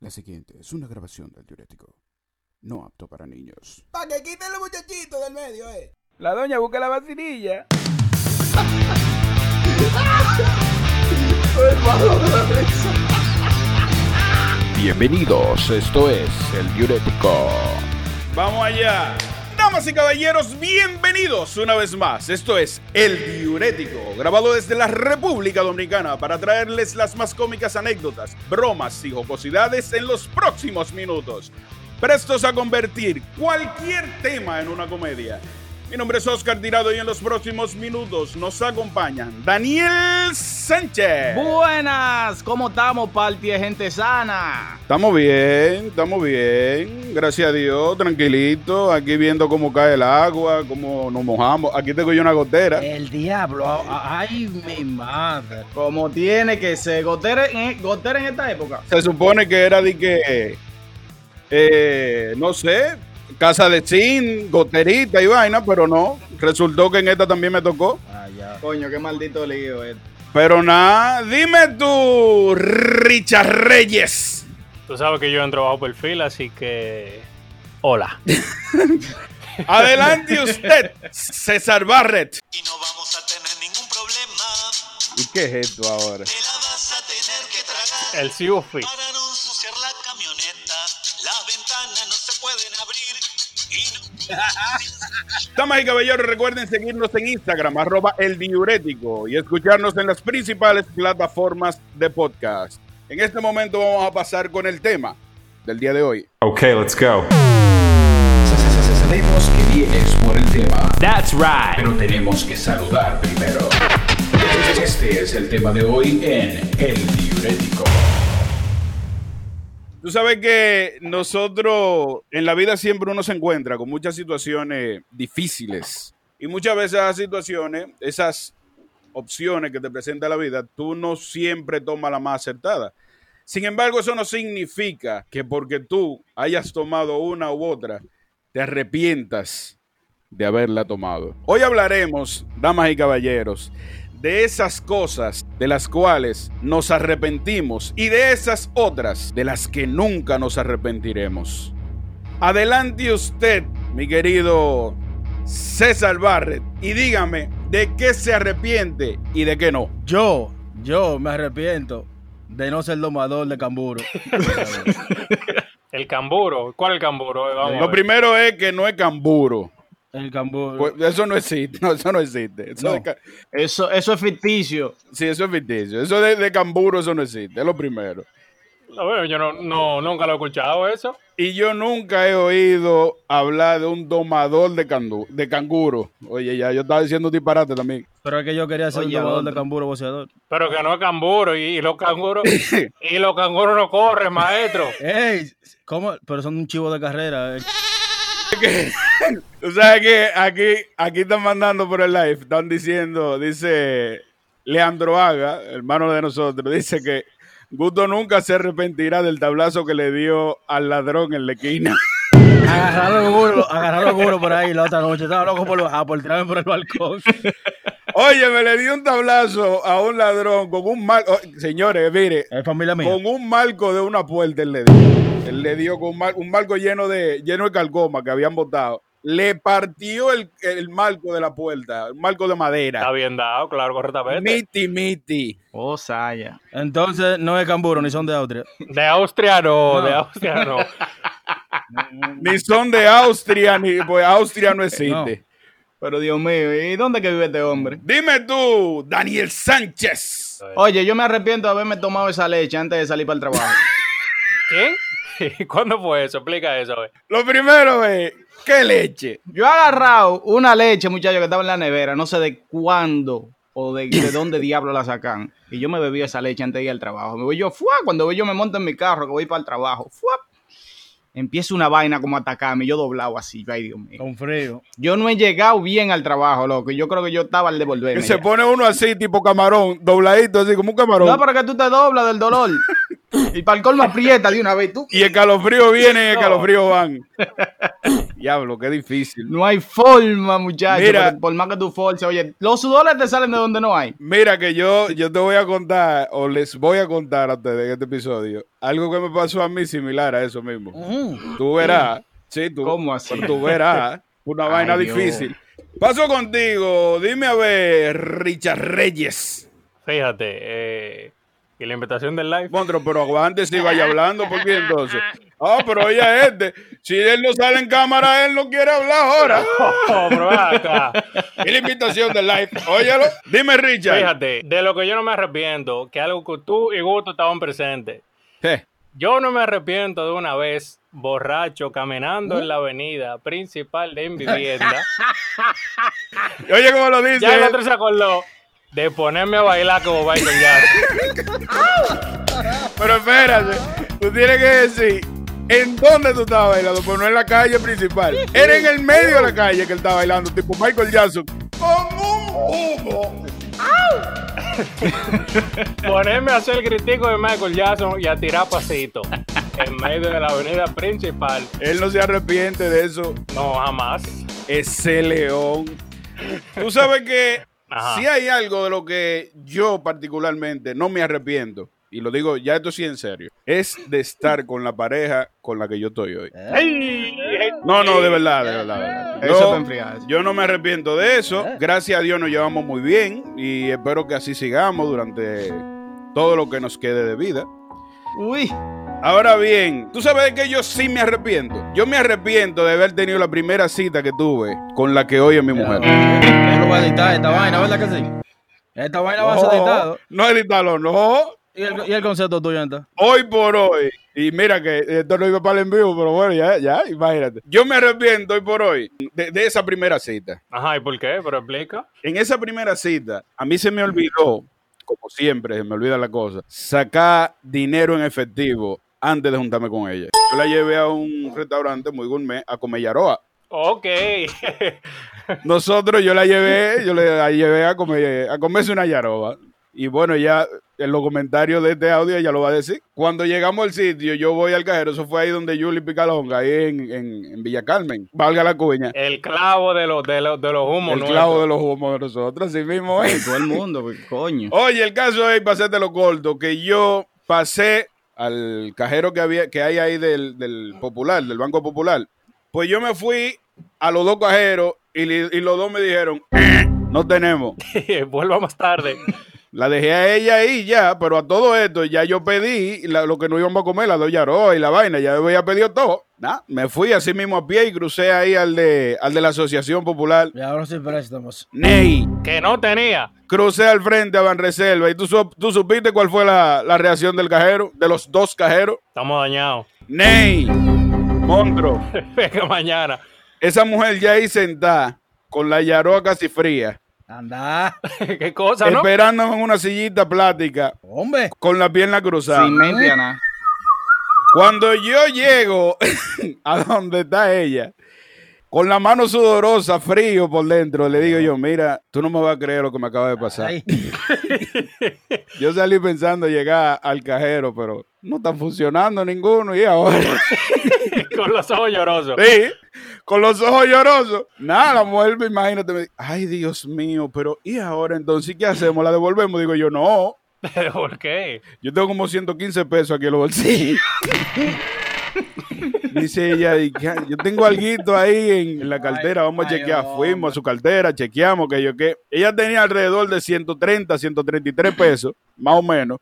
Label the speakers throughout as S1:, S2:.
S1: La siguiente es una grabación del diurético. No apto para niños.
S2: Para que quiten los muchachitos del medio, eh.
S3: La doña busca la vacinilla.
S4: Bienvenidos, esto es El Diurético.
S5: Vamos allá. Damas y caballeros, bienvenidos una vez más. Esto es El Diurético, grabado desde la República Dominicana para traerles las más cómicas anécdotas, bromas y jocosidades en los próximos minutos. Prestos a convertir cualquier tema en una comedia. Mi nombre es Oscar Tirado y en los próximos minutos nos acompañan Daniel Sánchez.
S3: Buenas, ¿cómo estamos, party de gente sana?
S5: Estamos bien, estamos bien, gracias a Dios, tranquilito, aquí viendo cómo cae el agua, cómo nos mojamos. Aquí tengo yo una gotera.
S3: El diablo, ay mi madre. Como tiene que ser, gotera en, e-, gotera en esta época.
S5: Se supone que era de que, eh, no sé, casa de zinc, goterita y vaina, pero no, resultó que en esta también me tocó.
S3: Ah, Coño, qué maldito lío este.
S5: Pero nada, dime tú, Richard Reyes.
S6: Tú sabes que yo entro bajo perfil, así que. Hola.
S5: Adelante usted, César Barrett.
S7: Y no vamos a tener ningún problema.
S5: ¿Y qué es esto ahora?
S7: Te la vas a tener que tragar
S6: El Siufi.
S7: para no ensuciar la camioneta. Las ventanas no se pueden abrir. Y no
S5: Damas y caballeros, recuerden seguirnos en Instagram, arroba el diurético, y escucharnos en las principales plataformas de podcast. En este momento vamos a pasar con el tema del día de hoy.
S8: Okay, let's go.
S4: Sabemos que vienes por el tema. That's right. Pero tenemos que saludar primero. Este es el tema de hoy en El Diurético.
S5: Tú sabes que nosotros en la vida siempre uno se encuentra con muchas situaciones difíciles. Y muchas veces esas situaciones, esas opciones que te presenta la vida, tú no siempre tomas la más acertada. Sin embargo, eso no significa que porque tú hayas tomado una u otra, te arrepientas de haberla tomado. Hoy hablaremos, damas y caballeros, de esas cosas de las cuales nos arrepentimos y de esas otras de las que nunca nos arrepentiremos. Adelante usted, mi querido César Barret, y dígame de qué se arrepiente y de qué no.
S3: Yo, yo me arrepiento de no ser domador de camburo.
S6: El camburo. ¿Cuál el camburo? Eh, Vamos a
S5: Lo
S6: ver.
S5: primero es que no es camburo.
S3: El camburo.
S5: Pues, eso no existe, no, eso no existe. Eso
S3: No.
S5: de ca-
S3: eso, eso es ficticio.
S5: sí, eso es ficticio. Eso de, de camburo, eso no existe, es lo primero.
S6: Lo veo, yo no, no, nunca lo he escuchado eso.
S5: Y yo nunca he oído hablar de un domador de, candu- de canguro. Oye, ya yo estaba diciendo disparate también.
S3: Pero es que yo quería ser
S9: Oye,
S3: un domador
S9: otro.
S3: de camburo boceador.
S6: Pero que no es camburo. Y, y los canguros. y los canguros no corren, maestro.
S3: ¡Ey! ¿Cómo? Pero son un chivo de carrera. eh.
S5: Tú sabes que aquí, aquí están mandando por el live, están diciendo, dice Leandro Haga, hermano de nosotros, dice que Gusto nunca se arrepentirá del tablazo que le dio al ladrón en la esquina.
S3: Agarraron el burro, agarraron el burro por ahí la otra noche. Estaba loco por, lo- ah, por tirarme por el balcón.
S5: Oye, me le dio un tablazo a un ladrón con un marco. Señores, mire,
S3: Es familia mía.
S5: con un marco de una puerta él le dio. Él le dio con un mar- un marco lleno de, lleno de calcoma que habían botado. Le partió el, el marco de la puerta, el marco de
S6: Está
S5: madera.
S6: bien dado, claro, correctamente.
S5: Miti, miti.
S9: Oh, Saya.
S3: Entonces, no es camburo, ni son de Austria.
S6: De Austria no, de Austria no.
S5: Ni son de Austria, ni pues Austria no existe.
S9: Pero Dios mío, ¿y dónde que vive este hombre?
S5: Dime tú, Daniel Sánchez.
S9: Oye, yo me arrepiento de haberme tomado esa leche antes de salir para el trabajo.
S6: ¿Quién? ¿Cuándo fue eso? Explica eso. a ver.
S5: Lo primero es, ¿qué leche?
S9: Yo he agarrado una leche, muchacho, que estaba en la nevera, no sé de cuándo o de, de dónde diablo la sacan. Y yo me bebí esa leche antes de ir al trabajo. Me voy yo, fuá, cuando voy yo me monto en mi carro que voy para el trabajo, fuá. Empieza una vaina como a atacarme, yo doblado así, yo, ay Dios mío.
S3: Con frío.
S9: Yo no he llegado bien al trabajo, loco, y yo creo que yo estaba al
S5: Que
S9: devolverme.
S5: se
S9: ya.
S5: pone uno así, tipo camarón, dobladito, así como un camarón.
S9: No, pero que tú te doblas del dolor. Y para el colmo aprieta de una vez tú.
S5: Y escalofrío viene y escalofrío van. Diablo, qué difícil.
S9: No hay forma, muchachos.
S5: Mira.
S9: por, por más que tú forces, oye, los sudores te salen de donde no hay.
S5: Mira que yo, yo te voy a contar, o les voy a contar a ustedes en este episodio, algo que me pasó a mí similar a eso mismo. Tú verás, sí, tú,
S9: Mm. ¿Cómo así?
S5: pero tú verás, una
S9: Ay,
S5: vaina
S9: Dios.
S5: difícil. Paso contigo, dime a ver, Richard Reyes.
S6: Fíjate, eh, y la invitación del live.
S5: Montro, pero aguante si vaya hablando, ¿por qué entonces? Ah, pero oye este, si él no sale en cámara, él no quiere hablar ahora.
S6: Oh, pero ven acá.
S5: Y la invitación del live, óyelo. Dime, Richard.
S6: Fíjate, de lo que yo no me arrepiento, que algo que tú y Gusto estaban presentes.
S5: Eh,
S6: Yo no me arrepiento de una vez, borracho, caminando en la avenida principal de Invivienda.
S5: Oye, cómo lo dice.
S6: ya el otro se acordó de ponerme a bailar como Michael Jackson.
S5: Pero espérate, tú tienes que decir en dónde tú estabas bailando, pero no en la calle principal. Era en el medio de la calle que él estaba bailando, tipo Michael Jackson. Como un humo.
S6: Ponerme a hacer el critico de Michael Jackson y a tirar pasito en medio de la avenida principal.
S5: Él no se arrepiente de eso.
S6: No, jamás.
S5: Ese león. Tú sabes que
S6: Ajá.
S5: si hay algo de lo que yo particularmente no me arrepiento, y lo digo ya esto sí en serio, es de estar con la pareja con la que yo estoy hoy.
S6: ¡Ey!
S5: No, no, de verdad, de verdad. de verdad.
S9: Eso Eh.
S5: Yo-
S9: te enfría, eso.
S5: Yo no me arrepiento de eso. Gracias a Dios nos llevamos muy bien y espero que así sigamos durante todo lo que nos quede de vida.
S9: Uy,
S5: Ahora bien, tú sabes de que yo sí me arrepiento. Yo me arrepiento de haber tenido la primera cita que tuve con la que hoy es mi mujer.
S8: Yo lo voy a editar esta vaina, ¿verdad que sí? Esta vaina
S9: Oh,
S8: va a ser editada.
S5: No, no editarlo, no.
S8: ¿Y el, y el concepto tuyo entonces?
S5: Hoy por hoy. Y mira que esto no iba para el en vivo, pero bueno, ya, ya, imagínate. Yo me arrepiento hoy por hoy de- de esa primera cita.
S6: Ajá, ¿y por qué? Pero explica.
S5: En esa primera cita, a mí se me olvidó, como siempre, se me olvida la cosa, sacar dinero en efectivo antes de juntarme con ella. Yo la llevé a un restaurante muy gourmet, a comer yaroa.
S6: Ok.
S5: Nosotros, yo la llevé, yo le- la llevé a, comer, a comerse una yaroa. Y bueno, ya en los comentarios de este audio ya lo va a decir. Cuando llegamos al sitio, yo voy al cajero. Eso fue ahí donde Julie Picalonga, ahí en, en, en Villa Carmen. Valga la cuña.
S6: el clavo de los, de los, de los humos.
S5: El
S6: ¿no?
S5: clavo de los humos de nosotros, así mismo es.
S9: todo el mundo, pues, coño.
S5: Oye, el caso es, pasate lo corto, que yo pasé al cajero que había, que hay ahí del, del Popular, del Banco Popular. Pues yo me fui a los dos cajeros y, li- y los dos me dijeron, "Eh, no tenemos.
S6: Vuelva más tarde.
S5: La dejé a ella ahí ya, pero a todo esto ya yo pedí la- lo que no íbamos a comer, la doy y la vaina, ya había pedido todo. Nah, me fui así mismo a pie y crucé ahí al de, al de la Asociación Popular.
S8: Y ahora sí préstamos.
S5: Ney,
S6: que no tenía.
S5: crucé al frente a Banreserva y tú, sup- tú supiste cuál fue la, la reacción del cajero, de los dos cajeros.
S6: Estamos dañados.
S5: Ney, Montro,
S6: Venga mañana.
S5: esa mujer ya ahí sentada con la yaroa casi fría,
S8: Anda,
S6: Qué cosa, ¿no?
S5: esperándome en una sillita plática
S8: hombre.
S5: con la pierna cruzada.
S9: Sin mente a nada.
S5: Cuando yo llego a donde está ella, con la mano sudorosa, frío por dentro, le digo yo, mira, tú no me vas a creer lo que me acaba de pasar.
S8: Ahí.
S5: Yo salí pensando llegar al cajero, pero no está funcionando ninguno y ahora...
S6: Con los ojos llorosos.
S5: Sí, con los ojos llorosos. Nada, la mujer, me- imagínate, me dice, ay, Dios mío, pero ¿y ahora entonces qué hacemos? ¿La devolvemos? Digo yo, no,
S6: Pero, ¿Por qué?
S5: yo tengo como 115 pesos aquí en los bolsillos. Dice ella, "Y que- yo tengo algo ahí en, en la cartera, vamos a
S8: ay,
S5: chequear.
S8: hombre.
S5: Fuimos a su cartera, chequeamos, que yo qué. Ella tenía alrededor de 130, 133 pesos, más o menos.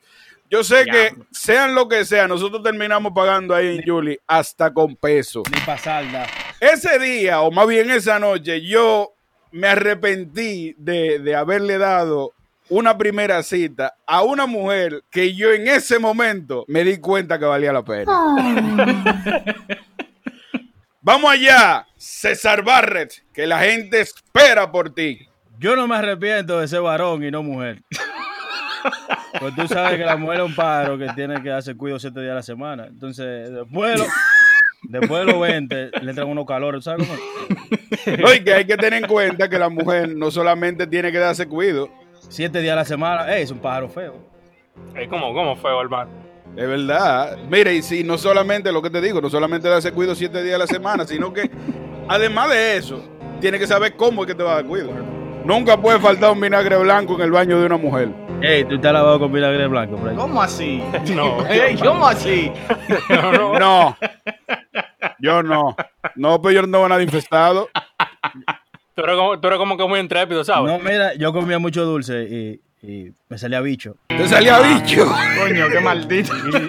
S5: Yo sé que, sean lo que sea, nosotros terminamos pagando ahí en Julie hasta con pesos.
S8: Ni pasarla.
S5: Ese día, o más bien esa noche, yo me arrepentí de, de haberle dado una primera cita a una mujer que yo en ese momento me di cuenta que valía la pena. Vamos allá, César Barrett, que la gente espera por ti.
S8: Yo no me arrepiento de ser varón y no mujer. Pues tú sabes que la mujer es un paro que tiene que hacer cuido siete días a la semana. Entonces, después de, lo- después de los 20, le entran unos calores, ¿sabes cómo? es?
S5: Oye, que hay que tener en cuenta que la mujer no solamente tiene que darse cuido,
S8: Siete días a la semana, ey, es un pájaro feo.
S6: Es como, como feo, hermano.
S5: Es verdad. Mira, y si no solamente lo que te digo, no solamente darse cuido siete días a la semana, sino que Además de eso, tienes que saber cómo es que te vas a dar cuidado. Nunca puede faltar un vinagre blanco en el baño de una mujer.
S8: Ey, tú estás lavado con vinagre blanco, por ahí.
S9: ¿Cómo así?
S6: No.
S9: Ey, ¿Cómo así?
S5: No. Yo no. No, pero yo no tengo nada infestado.
S6: Tú eres como, tú eres como que muy intrépido, ¿sabes?
S8: No, mira, yo comía mucho dulce y, y me salía bicho.
S5: Te salía bicho.
S9: Coño, qué maldito.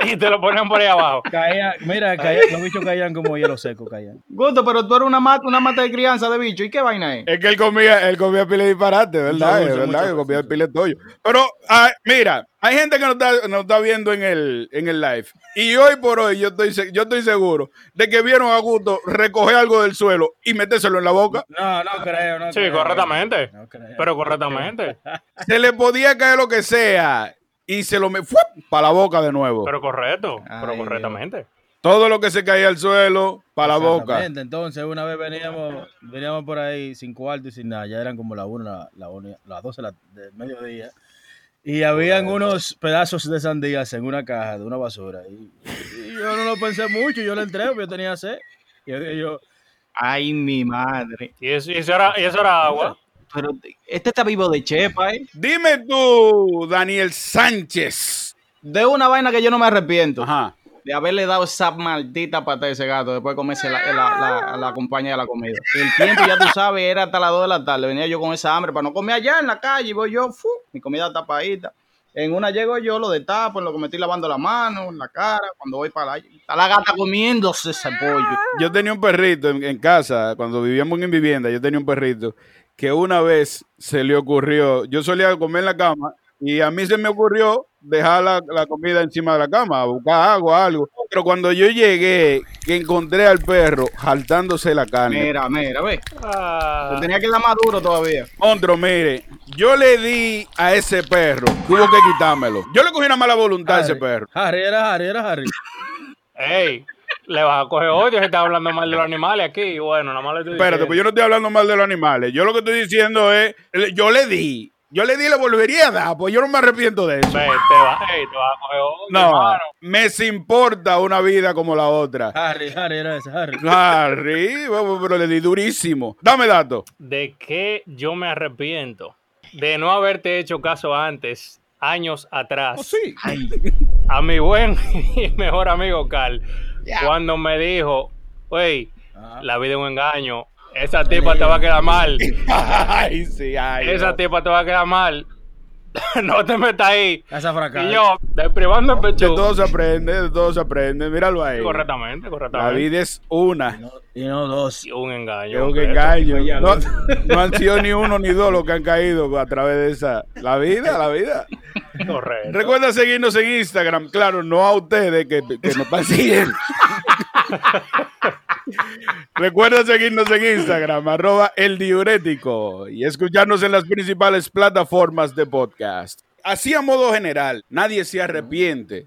S6: Y te lo ponen por ahí abajo.
S8: Caía, mira, caía, los bichos caían como hielo seco, caían.
S9: Gusto, pero tú eres una mata, una mata de crianza de bicho. ¿Y qué vaina es?
S5: Es que él comía, él comía pile de disparate, ¿verdad?
S8: Mucho,
S5: es verdad,
S8: mucho,
S5: que comía pile de tollo. Pero, ah, mira, hay gente que nos está, nos está viendo en el, en el live. Y hoy por hoy, yo estoy, se- yo estoy seguro de que vieron a Gusto recoger algo del suelo y metérselo en la boca.
S8: No, no creo, no
S6: Sí,
S8: creo.
S6: correctamente.
S8: No creo.
S6: Pero correctamente.
S5: Se le podía caer lo que sea y se lo me fue para la boca de nuevo.
S6: Pero correcto.
S9: Ay,
S6: Pero correctamente.
S5: Todo lo que se caía al suelo para la boca.
S8: Exactamente, Entonces, una vez veníamos, veníamos por ahí sin cuarto y sin nada. Ya eran como las 1, la, la una- las 12 la, del mediodía. Y habían unos pedazos de sandías en una caja de una basura. Y, y yo no lo pensé mucho, yo le entré, porque yo tenía sed. Y yo, yo-
S9: Ay, mi madre.
S6: Y eso, y eso era, y eso era agua.
S9: Pero te- este está vivo de chepa, ¿eh?
S5: Dime tú, Daniel Sánchez.
S9: De una vaina que yo no me arrepiento.
S5: Ajá.
S9: De haberle dado esa maldita pata a ese gato después de comerse la, la, la, la compañía de la comida. El tiempo, ya tú sabes, era hasta las 2 de la tarde. Venía yo con esa hambre para no comer allá en la calle. Y voy yo, fu, mi comida tapadita. En una llego yo, lo destapo, en lo que me estoy lavando la mano, en la cara. Cuando voy para allá, está la gata comiéndose ese pollo.
S5: Yo tenía un perrito en, en casa, cuando vivíamos en vivienda, yo tenía un perrito que una vez se le ocurrió, yo solía comer en la cama y a mí se me ocurrió dejar la, la comida encima de la cama, buscar agua, algo. Pero cuando yo llegué, que encontré al perro jaltándose la carne.
S9: Mira, mira, ve. Lo
S6: Ah,
S9: tenía que dar más duro todavía.
S5: Ondro, mire, yo le di a ese perro, tuvo que quitármelo. Yo le cogí una mala voluntad a ese
S8: Harry,
S5: perro.
S8: Harry era Harry, era Harry.
S6: ey, le vas a coger odio si estás hablando mal de los animales aquí. Y Bueno, nada más le estoy
S5: Espérate, pues yo
S6: diciendo.
S5: no estoy hablando mal de los animales. Yo lo que estoy diciendo es, le- yo le di, yo le di y le volvería a dar, pues yo no me arrepiento de eso.
S6: Ve, te vas, ey, te vas a coger odio,
S5: No,
S6: hermano.
S5: me se importa una vida como la otra.
S8: Harry, Harry era ese, Harry.
S5: Harry, vamos, pero le di durísimo. Dame dato.
S6: ¿De qué yo me arrepiento? De no haberte hecho caso antes, años
S5: Oh,
S6: atrás. A mi buen y mejor amigo Carl. Cuando me dijo, wey, la vida es un engaño. Esa tipa te va a quedar mal.
S5: Ay, sí, ay.
S6: Esa
S5: no.
S6: tipa te va a quedar mal. no te metas ahí.
S8: Esa fracada.
S6: Y yo, desprivando el
S5: De
S6: pecho.
S5: todo se aprende, de todo se aprende. Míralo ahí.
S6: Correctamente,
S5: La
S6: correctamente.
S5: vida es una.
S8: Y no dos.
S6: Un engaño.
S5: Tengo que
S6: correcto.
S5: engaño. No, no han sido ni uno ni dos los que han caído a través de esa. La vida, la vida.
S6: Correcto.
S5: Recuerda seguirnos en Instagram, claro, no a ustedes que, que nos están siguiendo. Recuerda seguirnos en Instagram, arroba el diurético y escucharnos en las principales plataformas de podcast. Así a modo general, nadie se arrepiente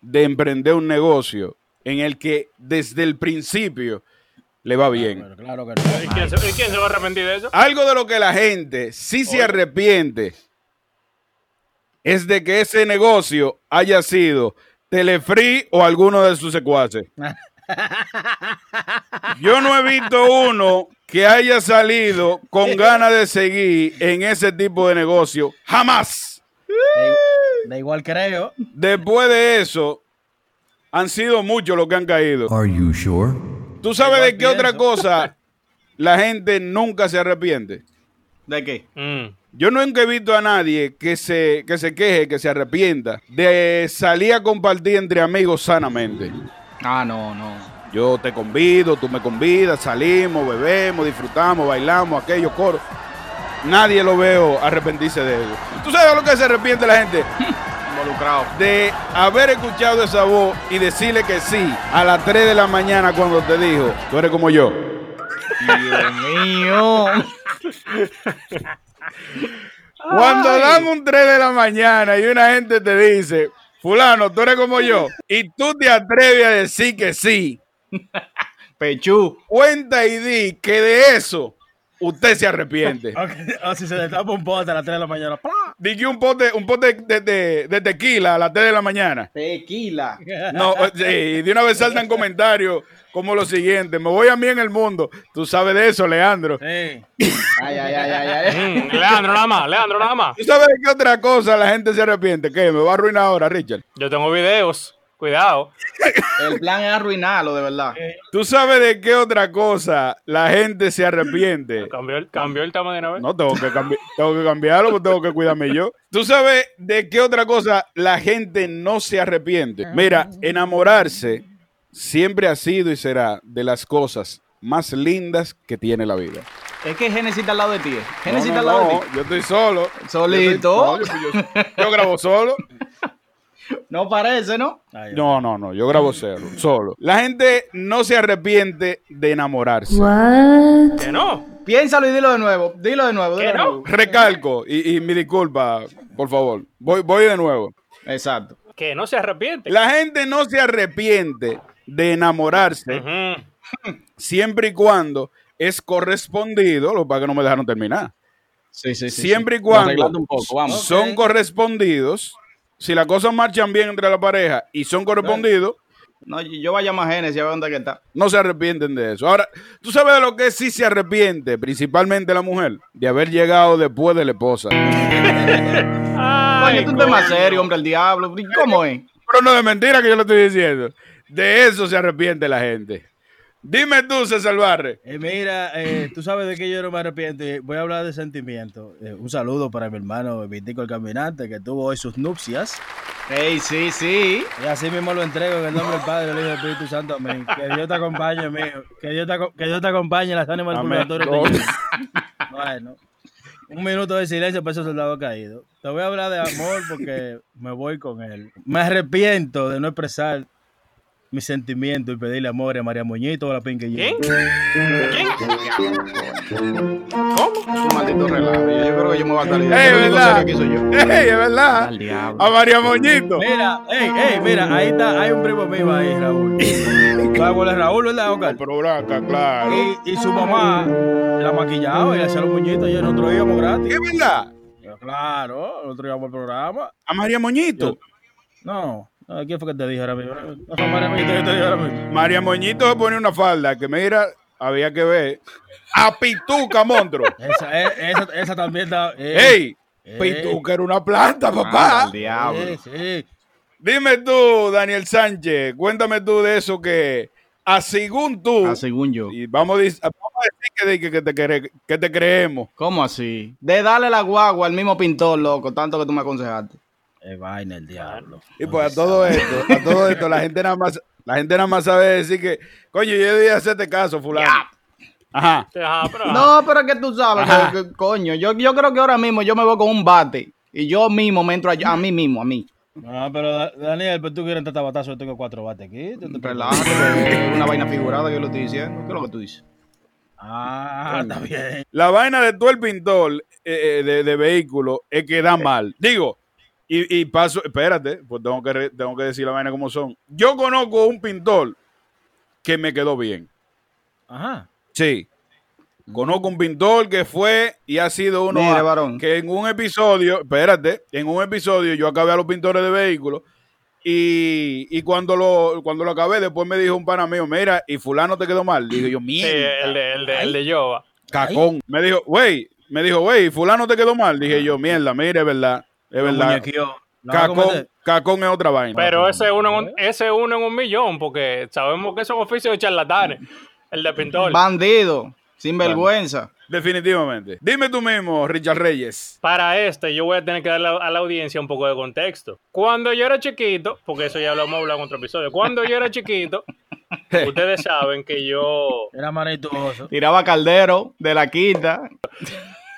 S5: de emprender un negocio en el que desde el principio le va bien.
S8: Pero claro que no.
S6: ¿Y quién, se, y quién se va a arrepentir de eso?
S5: Algo de lo que la gente sí se arrepiente es de que ese negocio haya sido Telefree o alguno de sus secuaces. Yo no he visto uno que haya salido con ganas de seguir en ese tipo de negocio. Jamás.
S8: Da igual- Da igual creo.
S5: Después de eso, han sido muchos los que han caído. ¿Tú sabes de qué otra cosa la gente nunca se arrepiente?
S9: ¿De qué?
S6: Mm.
S5: Yo nunca he visto a nadie que se, que se queje, que se arrepienta de salir a compartir entre amigos sanamente.
S9: Ah, no, no.
S5: Yo te convido, tú me convidas, salimos, bebemos, disfrutamos, bailamos, aquello, coro. Nadie lo veo arrepentirse de ello. ¿Tú sabes de lo que se arrepiente la gente?
S9: Involucrado.
S5: De haber escuchado esa voz y decirle que sí a las 3 de la mañana cuando te dijo, tú eres como yo.
S9: Dios mío.
S5: Cuando dan un 3 de la mañana y una gente te dice, fulano, tú eres como yo, y tú te atreves a decir que sí,
S9: Pechú.
S5: cuenta y di que de eso usted se arrepiente.
S8: O si se destapa un pote a las 3 de la mañana. ¡plá!
S5: Dije un pote, un pote de, de- de tequila a las 3 de la mañana.
S9: Tequila.
S5: No, o- sí, y de una vez saltan comentarios como lo siguiente. Me voy a mí en el mundo. Tú sabes de eso, Leandro.
S8: Sí.
S9: Ay, ay, ay, ay, ay.
S6: Mm, Leandro nada más, Leandro nada más.
S5: ¿Tú sabes de qué otra cosa la gente se arrepiente? ¿Qué? ¿Me va a arruinar ahora, Richard?
S6: Yo tengo videos. Cuidado.
S9: El plan es arruinarlo, de verdad.
S5: ¿Tú sabes de qué otra cosa la gente se arrepiente?
S6: Cambió el, cambió el tamaño de una vez.
S5: No, tengo que, cambi- tengo que cambiarlo porque tengo que cuidarme yo. ¿Tú sabes de qué otra cosa la gente no se arrepiente? Mira, enamorarse siempre ha sido y será de las cosas más lindas que tiene la vida.
S9: Es que Génesis está al lado de ti. eh.
S5: No,
S9: Génesis
S5: no,
S9: está al lado
S5: no,
S9: de ti.
S5: yo estoy solo.
S9: Solito.
S5: Yo, estoy- no, yo- yo- yo grabo solo.
S9: No parece, ¿no?
S8: Ay, Dios.
S5: No, no, no, yo grabo solo, solo. La gente no se arrepiente de enamorarse.
S6: Que no.
S9: Piénsalo y dilo de nuevo. Dilo de nuevo. Dilo
S6: ¿Que
S9: de
S6: no?
S9: nuevo.
S5: Recalco y, y mi disculpa, por favor. Voy, voy de nuevo.
S9: Exacto.
S6: Que no se arrepiente.
S5: La gente no se arrepiente de enamorarse
S6: Ujú.
S5: siempre y cuando es correspondido, lo que pasa es que no me dejaron terminar.
S9: Sí, sí, sí.
S5: siempre y
S9: sí.
S5: cuando
S9: Arreglando un poco, vamos.
S5: son correspondidos, si las cosas marchan bien entre la pareja y son correspondidos,
S9: No, yo yo voy a llamar a Génesis a ver dónde que está.
S5: no se arrepienten de eso. Ahora, ¿tú sabes de lo que sí se arrepiente, principalmente la mujer? De haber llegado después de la esposa.
S9: Coño,
S6: Ay,
S9: tú un tema serio, hombre, el diablo. ¿Y ¿Cómo es?
S5: Pero no de mentira que yo lo estoy diciendo. De eso se arrepiente la gente. Dime tú, César Barre.
S8: Eh, mira, eh, tú sabes de que yo no me arrepiento. y Voy a hablar de sentimientos. Eh, un saludo para mi hermano Vitico el Caminante, que tuvo hoy sus nupcias.
S9: Ey, sí, sí.
S8: Y así mismo lo entrego en el nombre del Padre, del Hijo y del Espíritu Santo. Amén. Que Dios te acompañe, mío. Que Dios te, aco- que Dios te acompañe en las ánimas del
S5: Amén.
S8: purgatorio.
S5: No.
S8: Señor. Bueno, un minuto de silencio para esos soldados caídos. Te voy a hablar de amor porque me voy con él. Me arrepiento de no expresar mis sentimientos y pedirle amor a María Moñito o a la Pinky
S6: ¿Quién?
S8: Jane.
S9: Un maldito relajo. Yo yo creo que yo me voy a salir.
S5: Ey,
S9: Yo creo que
S5: ¿verdad?
S9: el consejo que hizo yo.
S5: ¡Ey, es verdad!
S9: Al diablo.
S5: A María Moñito.
S8: Mira, ey, ey, mira, ahí está, hay un primo mío ahí, Raúl. ¿Cuál es Raúl, verdad, Oscar?
S5: Pero Blanca, claro.
S8: Y, y su mamá la maquillaba y le hacía los muñitos y nosotros íbamos gratis.
S5: ¿Es verdad?
S8: Yo, claro, nosotros íbamos al programa.
S5: A María Moñito.
S8: No, no, ¿quién fue que te dije ahora mismo? No fue María Moñito que te dije ahora mismo.
S5: María Moñito se pone una falda que mira, había que ver. A Pituca, monstruo.
S8: Esa, e- esa, esa también está. eh,
S5: ¡Ey!
S8: eh,
S5: Pituca era una planta,
S9: Ah,
S5: papá.
S9: Al diablo.
S8: Sí, sí.
S5: Dime tú, Daniel Sánchez, cuéntame tú de eso que, a según tú,
S9: Ah, según yo.
S5: y vamos a dic- vamos a decir que, de- que- que te, cre- que te creemos.
S9: ¿Cómo así? De darle la guagua al mismo pintor, loco, tanto que tú me aconsejaste.
S8: Es vaina el diablo.
S5: Y pues a todo esto, a todo esto, la gente nada más, la gente nada más sabe decir que, coño, yo debía hacerte caso, fulano. Ajá.
S6: Ajá, pero-
S9: No, pero es que tú sabes, que- que- coño. Yo, yo creo que ahora mismo yo me voy con un bate y yo mismo me entro a, a mí mismo, a mí.
S8: No, pero Da- Daniel, pero tú quieres entrar batazo, yo tengo cuatro bates aquí. tú te-
S9: Relájate, que es una vaina figurada que yo lo estoy diciendo. ¿Qué es lo que tú dices?
S8: Ah, está bien.
S5: La vaina de todo el pintor eh, eh, de, de vehículo es que da mal. Digo, y, y paso, espérate, pues tengo que, re- tengo que decir la vaina como son. Yo conozco un pintor que me quedó bien.
S8: Ajá.
S5: Sí. Conozco un pintor que fue y ha sido uno
S9: Mire,
S5: a-
S9: varón.
S5: que en un episodio, espérate, en un episodio yo acabé a los pintores de vehículos y, y cuando lo cuando lo acabé después me dijo un pana mío, mira, y fulano te quedó mal. Digo yo,
S6: Sí,
S5: mira,
S6: el de, el de, el de Jova.
S5: cacón. Me dijo, güey, me dijo, güey, fulano te quedó mal. Dije yo, mierda, mira, es verdad, es verdad.
S8: Muñequillo. No, ¿cómo
S5: Cacón,
S8: te-
S5: cacón es otra vaina.
S6: Pero ese uno, en un- ese uno en un millón, porque sabemos que es un oficio de charlatanes. El de pintor.
S9: Bandido, sin vergüenza.
S5: Definitivamente. Dime tú mismo, Richard Reyes.
S6: Para este, yo voy a tener que darle a a la audiencia un poco de contexto. Cuando yo era chiquito, porque eso ya lo hemos hablado en otro episodio. Cuando yo era chiquito, ustedes saben que yo,
S8: Era manitoso.
S9: Tiraba caldero de la quinta.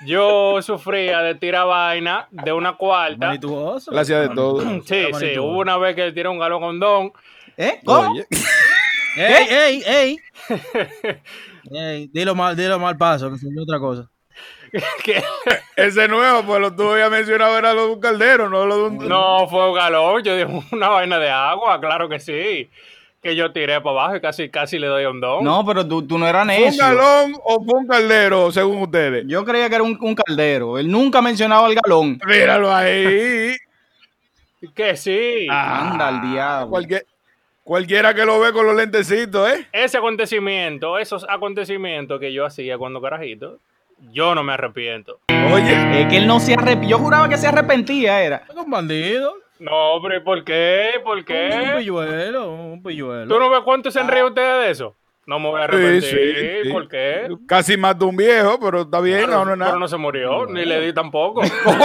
S6: yo sufría de tira vaina de una cuarta.
S8: Manitoso.
S5: Gracias de todo.
S6: Sí, sí, hubo una vez que le tiré un galón con don.
S9: ¿Eh? ¿Cómo?
S5: Oye.
S8: ¡Ey, ey, ey! ey dilo mal, dilo mal paso, que se me otra cosa.
S6: que-
S5: Ese nuevo, pues lo tú habías mencionado, era lo de un caldero, no lo de un...
S6: No, fue un galón, yo dije una vaina de agua, claro que sí. Que que yo tiré para abajo y casi, casi le doy un don.
S9: No, pero tú, tú no eras
S5: ¿Fue un
S9: necio.
S5: galón o fue un caldero, según ustedes?
S9: Yo creía que era un, un caldero. Él nunca mencionaba el galón.
S5: Míralo ahí.
S6: Que sí.
S5: Ah.
S9: Anda al diablo.
S5: Cualquier- cualquiera que lo ve con los lentecitos, ¿eh?
S6: Ese acontecimiento, esos acontecimientos que yo hacía cuando carajito, yo no me arrepiento.
S5: Oye,
S9: Es que él no se arrepentía. Yo juraba que se arrepentía, era.
S8: Un bandido.
S6: No, pero ¿y ¿por qué? ¿Por
S8: Un
S6: qué?
S8: pilluelo, un pilluelo.
S6: ¿Eh? ¿Tú no ves cuánto se enríe ustedes de eso? No me voy a arrepentir.
S5: Ah. sí.
S6: ¿Por qué?
S5: casi mató un viejo, pero está bien,
S6: Pero,
S5: no, no, es nada.
S6: pero no se murió, ni le di tampoco.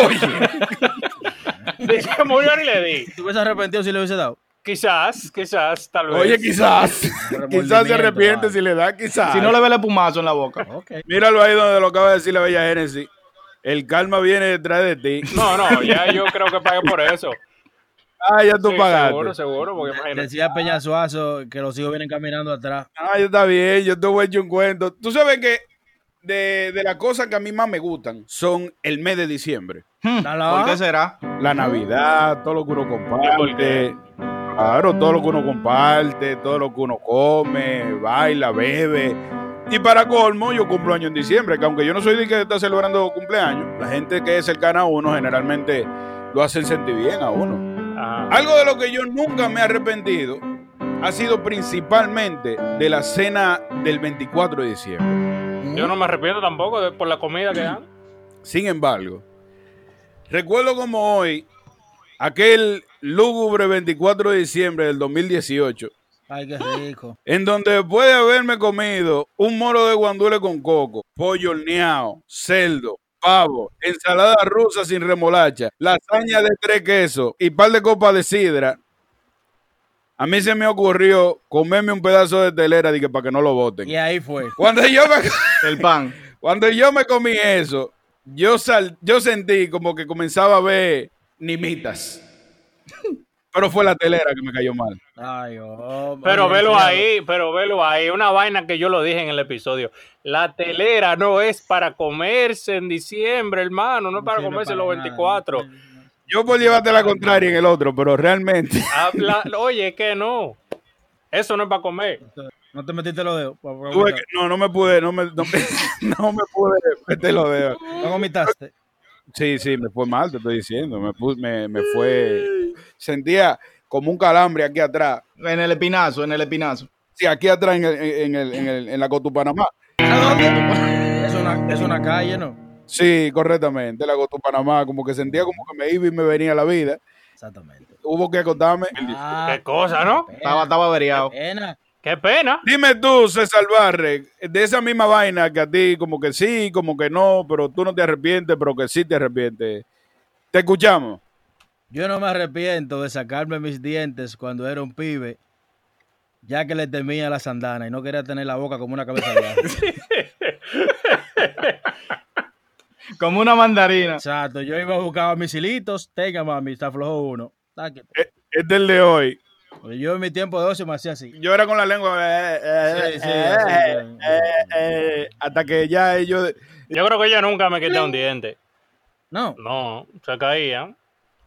S6: Ni se murió ni le di.
S8: ¿Tú hubieses arrepentido si le hubiese dado?
S6: Quizás, quizás, tal vez.
S5: Oye, quizás, quizás se
S8: Remordimiento,
S5: arrepiente
S8: vale.
S5: si le da, quizás.
S9: Si no le ve el espumazo en la boca.
S8: Ok.
S5: Míralo ahí donde lo acaba de decir la bella Genesis. El karma viene detrás de ti.
S6: No, no, ya yo creo que pagué por eso.
S5: Ah, ya tú
S6: Sí,
S5: pagaste.
S6: seguro, seguro, porque imagínate.
S8: Decía Peña Suazo que los hijos vienen caminando atrás.
S5: Ah, ya está bien, yo te voy a echar un cuento. Tú sabes que de, de las cosas que a mí más me gustan son el mes de diciembre.
S9: Hmm,
S8: ¿Está la
S9: ¿Por
S8: baja?
S9: qué será?
S5: La Navidad, todo lo que uno comparte. Claro, todo lo que uno comparte, todo lo que uno come, baila, bebe. Y para colmo, yo cumplo año en diciembre, que aunque yo no soy de que está celebrando cumpleaños, la gente que es cercana a uno generalmente lo hacen sentir bien a uno.
S6: Ajá.
S5: Algo de lo que yo nunca me he arrepentido ha sido principalmente de la cena del 24 de diciembre.
S6: Yo no me arrepiento tampoco de- por la comida que dan.
S5: Sin embargo, recuerdo como hoy, aquel lúgubre 24 de diciembre del 2018,
S8: Ay, qué rico.
S5: en donde después de haberme comido un moro de guandule con coco, pollo horneado, cerdo, pavo, ensalada rusa sin remolacha, lasaña de tres quesos y par de copas de sidra, a mí se me ocurrió comerme un pedazo de telera dije, para que no lo boten.
S8: Y ahí fue.
S5: Cuando yo me...
S9: El pan.
S5: Cuando yo me comí eso, yo, sal- yo sentí como que comenzaba a ver nimitas. Pero fue la telera que me cayó mal.
S8: Ay, hombre.
S6: Pero
S8: Oye,
S6: velo
S8: diablo.
S6: ahí, pero velo ahí. Una vaina que yo lo dije en el episodio. La telera no es para comerse en diciembre, hermano. No es para
S8: sirve
S6: comerse
S8: para
S6: los
S8: nada.
S6: 24.
S5: Yo por llevarte la contraria en el otro, pero realmente.
S6: Habla- oye, es que no. Eso no es para comer.
S8: No te metiste los dedos. No
S5: tuve que- no, no me pude, no me, no me- no me pude meter los dedos.
S8: no vomitaste.
S5: Sí, sí, me fue mal, te estoy diciendo. Me, pu- me, me fue. Sentía como un calambre aquí atrás.
S9: En el espinazo, en el espinazo.
S5: Sí, aquí atrás en, el- en, el- en el- en la Cotupanamá.
S8: Es una, es una calle, ¿no?
S5: Sí, correctamente, la Cotupanamá. Como que sentía como que me iba y me venía la vida.
S8: Exactamente.
S5: Hubo que acostarme.
S8: Ah,
S6: Qué cosa, ¿no?
S9: Estaba, estaba averiado.
S8: pena.
S6: Qué pena.
S5: Dime tú, César Barre, de esa misma vaina que a ti como que sí, como que no, pero tú no te arrepientes, pero que sí te arrepientes. Te escuchamos.
S8: Yo no me arrepiento de sacarme mis dientes cuando era un pibe, ya que le temía la sandana y no quería tener la boca como una cabeza de ajo.
S9: Como una mandarina.
S8: Exacto, yo iba a buscar mis hilitos, tenga mami, está flojo uno. Taque.
S5: Este es el de hoy.
S8: Yo en mi tiempo de ocio me hacía así.
S5: Yo era con la lengua. eh, eh,
S8: Sí, sí,
S5: eh,
S8: sí,
S5: eh,
S8: sí.
S5: eh, eh, hasta que ya ellos.
S6: Yo creo que yo nunca me quité un diente.
S8: No,
S6: No, se caía.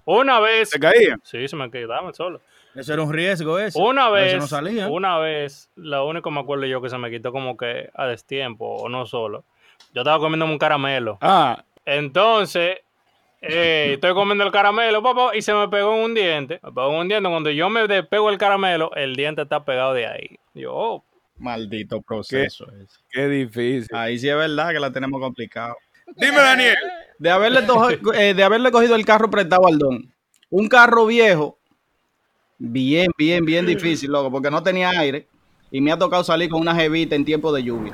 S6: Una vez.
S5: Se caían.
S6: Sí, se me quedaban solo.
S8: eso era un riesgo ese.
S6: Una
S8: A veces
S6: vez,
S8: no salía.
S6: una vez, lo único me acuerdo yo que se me quitó como que a destiempo o no solo. Yo estaba comiéndome un caramelo.
S5: Ah,
S6: Entonces, eh, estoy comiendo el caramelo, papá, y se me pegó en un diente. Me pegó en un diente. Cuando yo me despego el caramelo, el diente está pegado de ahí. Yo, oh,
S9: Maldito proceso. ese.
S5: qué difícil.
S9: Ahí sí es verdad que la tenemos complicado.
S5: Dime, Daniel.
S9: De haberle, to- eh, de haberle cogido el carro prestado al don. Un carro viejo, bien, bien, bien difícil, loco, porque no tenía aire. Y me ha tocado salir con una jevita en tiempo de lluvia.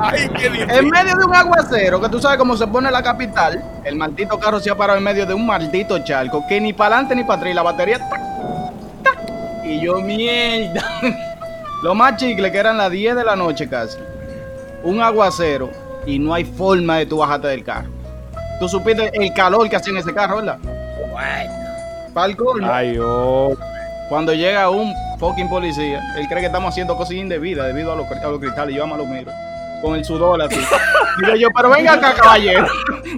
S5: Ay, qué difícil.
S9: En medio de un aguacero, que tú sabes cómo se pone la capital, el maldito carro se ha parado en medio de un maldito charco, que ni para adelante ni para atrás, y la batería... tac, tac. y yo, mierda. Lo más chicle, que eran las 10 de la noche casi. Un aguacero, y no hay forma de tú bajarte del carro. Tú supiste el calor que hacía en ese carro, ¿verdad? Para el colmo,
S5: Ay, oh.
S9: cuando llega un fucking policía, él cree que estamos haciendo cosas indebidas debido a los, a los cristales, yo a lo miro. con el sudor así. Digo yo, pero venga acá, caballero.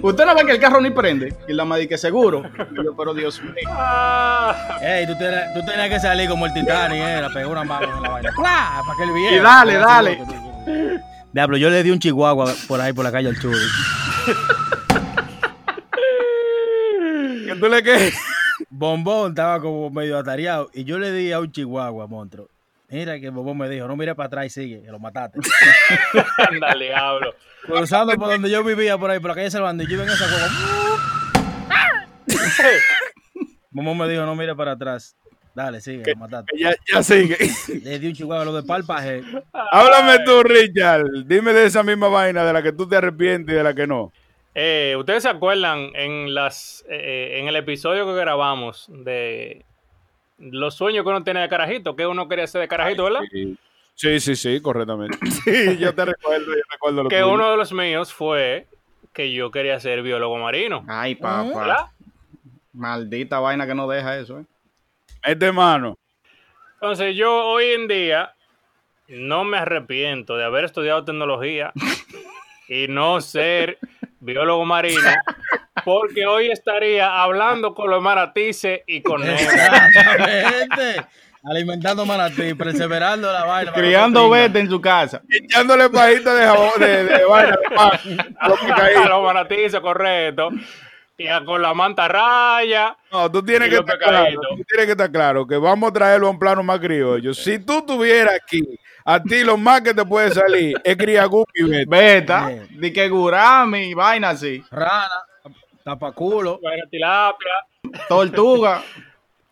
S9: Usted no ve que el carro ni prende. Y la madre que seguro. Digo yo, pero Dios mío.
S8: Ey, tú tenías, tú tenías que salir como el Titanic, eh, la pegó una mano en la vaina. ¡Claro! Para que él viera.
S9: Y dale, dale.
S8: Diablo, yo le di un chihuahua por ahí, por la calle al churi.
S5: ¿Que tú le qué?
S8: Bombón estaba como medio atareado y yo le di a un chihuahua, monstruo. Mira que Bombón me dijo, no mire para atrás y sigue, que lo mataste.
S6: Ándale, hablo.
S8: Cruzando por donde yo vivía, por ahí, por la calle Salvando, y yo iba en esa hueva. Bombón me dijo, no mire para atrás. Dale, sigue, lo mataste.
S5: Ya, ya sigue.
S8: Le di un chihuahua, lo de palpaje.
S5: Háblame tú, Richard. Dime de esa misma vaina de la que tú te arrepientes y de la que no.
S6: Eh, ¿Ustedes se acuerdan en las eh, en el episodio que grabamos de los sueños que uno tenía de carajito? Que uno quería ser de carajito, ¿verdad?
S5: Sí, sí, sí, sí, correctamente. Sí, yo te recuerdo, yo recuerdo lo
S6: Que
S5: tuyo.
S6: uno de los míos fue que yo quería ser biólogo marino.
S5: Ah.
S9: Ay, papá.
S6: ¿Verdad?
S9: Maldita vaina que no deja eso, eh.
S5: Mete mano.
S6: Entonces yo hoy en día no me arrepiento de haber estudiado tecnología y no ser biólogo marino, porque hoy estaría hablando con los maratices y con ellos.
S8: Exactamente. Alimentando manatí, perseverando la vaina.
S9: Criando
S8: Manatí.
S9: vete en su casa.
S5: Echándole pajita de jabón, de, de vaina, de pan. Lo que caí.
S6: a los manatizos, correcto. Y a- con la manta raya.
S5: No, tú tienes
S6: Y
S5: que
S6: lo
S5: estar claro.
S6: pecadito.
S5: Tú tienes que estar claro que vamos a traerlo a un plano más criollo. Si tú estuvieras aquí, a ti lo más que te puede salir es criagupi, vete.
S9: Beta.
S8: Bien.
S9: Di que gurami, vaina así.
S8: Rana, tapaculo.
S6: bueno, tilapia.
S9: Tortuga.
S5: Ah.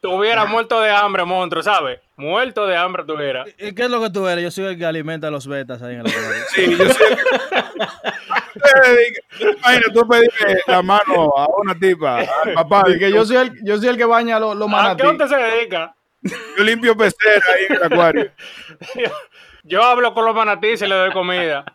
S6: Tuviera muerto de hambre, monstruo, ¿sabes? Muerto de hambre tuviera.
S8: ¿Y qué es lo que tú eres? Yo soy el que alimenta a los betas ahí en la calle.
S5: Sí, yo sé. Imagina, tú pediste la mano a una tipa, al papá,
S9: Di
S5: que
S9: que
S5: yo,
S9: yo soy el, yo soy el que baña los los
S6: ¿A qué
S9: manatí.
S6: usted se dedica?
S5: yo limpio pecera ahí en el acuario.
S6: Yo hablo con los manatís y le doy comida.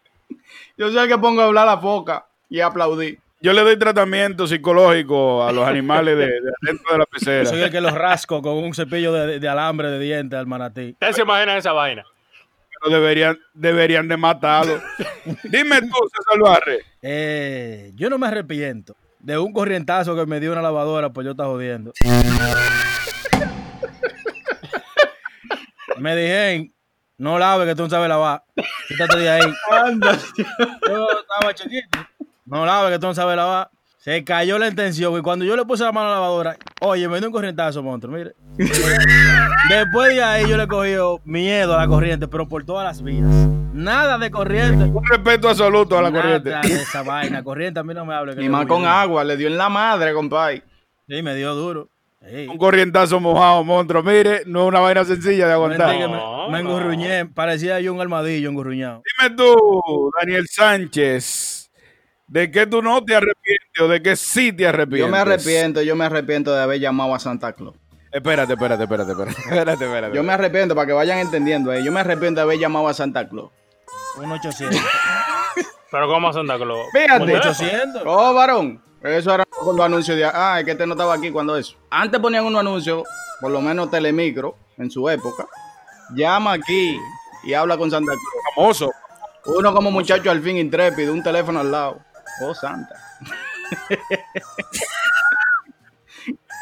S9: Yo soy el que pongo a hablar la foca y aplaudí.
S5: Yo le doy tratamiento psicológico a los animales de, de dentro de la
S8: Yo
S5: pecera.
S8: soy el que los rasco con un cepillo de, de alambre de dientes al manatí.
S6: Ustedes se imaginan esa vaina.
S5: Pero deberían, deberían de matarlo. Dime tú, César Barre.
S8: Eh, yo no me arrepiento de un corrientazo que me dio una lavadora, pues yo estaba jodiendo. me dije, no laves que tú no sabes lavar. Quítate de ahí. yo estaba chiquito. No laves que tú no sabes lavar. Se cayó la intención y cuando yo le puse la mano a la lavadora, oye, me dio un corrientazo, monstruo, mire. Después de ahí yo le he cogido miedo a la corriente, pero por todas las vías. Nada de corriente.
S5: Un respeto absoluto a la
S8: Nada
S5: corriente.
S8: de esa vaina, corriente a mí no me hable. que
S9: Y
S8: yo
S9: más
S8: voy
S9: con
S8: duro.
S9: agua, le dio en la madre, compadre.
S8: Sí, me dio duro. Sí.
S5: Un corrientazo mojado, monstruo. Mire, no es una vaina sencilla de
S8: Mentí que
S5: aguantar.
S8: me,
S6: No,
S8: me engurruñé, parecía yo un armadillo engurruñado.
S5: Dime tú, Daniel Sánchez, ¿de qué tú no te arrepientes o de qué sí te arrepientes?
S9: Yo me arrepiento, yo me arrepiento de haber llamado a Santa Claus.
S5: Espérate, espérate, espérate, espérate. espérate, espérate.
S9: Yo me arrepiento para que vayan entendiendo. eh. Yo me arrepiento de haber llamado a Santa Claus.
S8: Un 800.
S6: Pero ¿cómo Santa Claus?
S8: un
S9: Fíjate.
S8: 800.
S9: Oh, varón. Eso era con los anuncios de. Ah, es que este no estaba aquí cuando eso. Antes ponían unos anuncios, por lo menos Telemicro, en su época. Llama aquí y habla con Santa Claus.
S5: famoso.
S9: Uno como muchacho al fin intrépido, un teléfono al lado. Oh, Santa.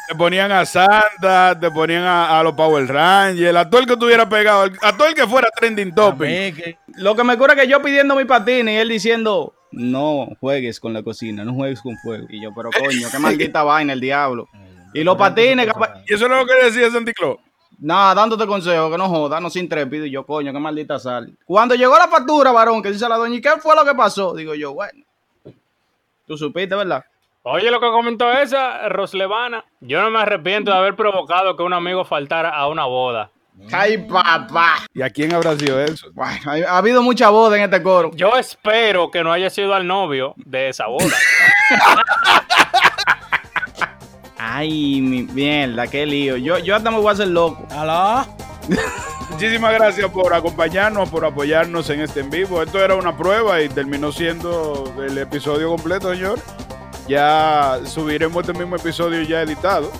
S5: Te ponían a Santa, te ponían a, a los Power Rangers, a todo el que tuviera pegado, al- a todo el que fuera trending topic.
S8: Amén, que-
S9: Lo que me cura es que yo pidiendo mi patín y él diciendo, no juegues con la cocina, no juegues con fuego. Y yo, pero coño, qué maldita vaina el diablo. Y los patines, capaz-
S5: Y eso es lo que decía Santi Claus.
S9: nada, dándote consejo, que no jodas, no se intrépido. Y yo, coño, qué maldita sal. Cuando llegó la factura, varón, que dice la doña, ¿y qué fue lo que pasó? Digo yo, bueno, tú supiste, ¿verdad?
S6: Oye, lo que comentó esa, Roslevana. Yo no me arrepiento de haber provocado que un amigo faltara a una boda.
S9: Ay, papá.
S5: ¿Y a quién habrá sido eso?
S9: Bueno, ha- ha habido mucha boda en este coro.
S6: Yo espero que no haya sido al novio de esa boda.
S9: Ay, mi mierda, qué lío. Yo, yo hasta me voy a hacer loco.
S8: Alá.
S5: Muchísimas gracias por acompañarnos, por apoyarnos en este en vivo. Esto era una prueba y terminó siendo el episodio completo, señor. Ya subiremos este mismo episodio ya editado,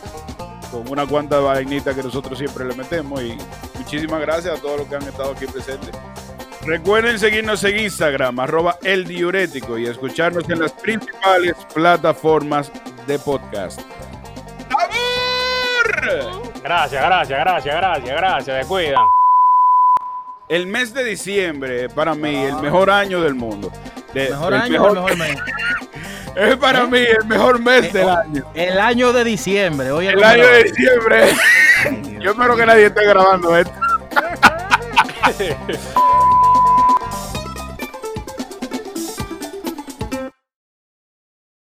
S5: con una cuanta vainita que nosotros siempre le metemos. Y muchísimas gracias a todos los que han estado aquí presentes. Recuerden seguirnos en Instagram, arroba el diurético y escucharnos en las principales plataformas de podcast. ¡Sabor!
S6: Gracias, gracias, gracias, gracias, gracias. Te cuidan.
S5: El mes de diciembre es para mí el mejor año del mundo. De-
S8: Ah. Mejor
S5: Eh, el
S8: año ¿Eh? o
S5: mejor-
S8: mejor mes.
S5: Es para mí el mejor
S8: Eh,
S5: mes
S8: oh.
S5: del año.
S8: El año de diciembre. Oye,
S5: El año de diciembre. Yo espero que nadie esté grabando esto.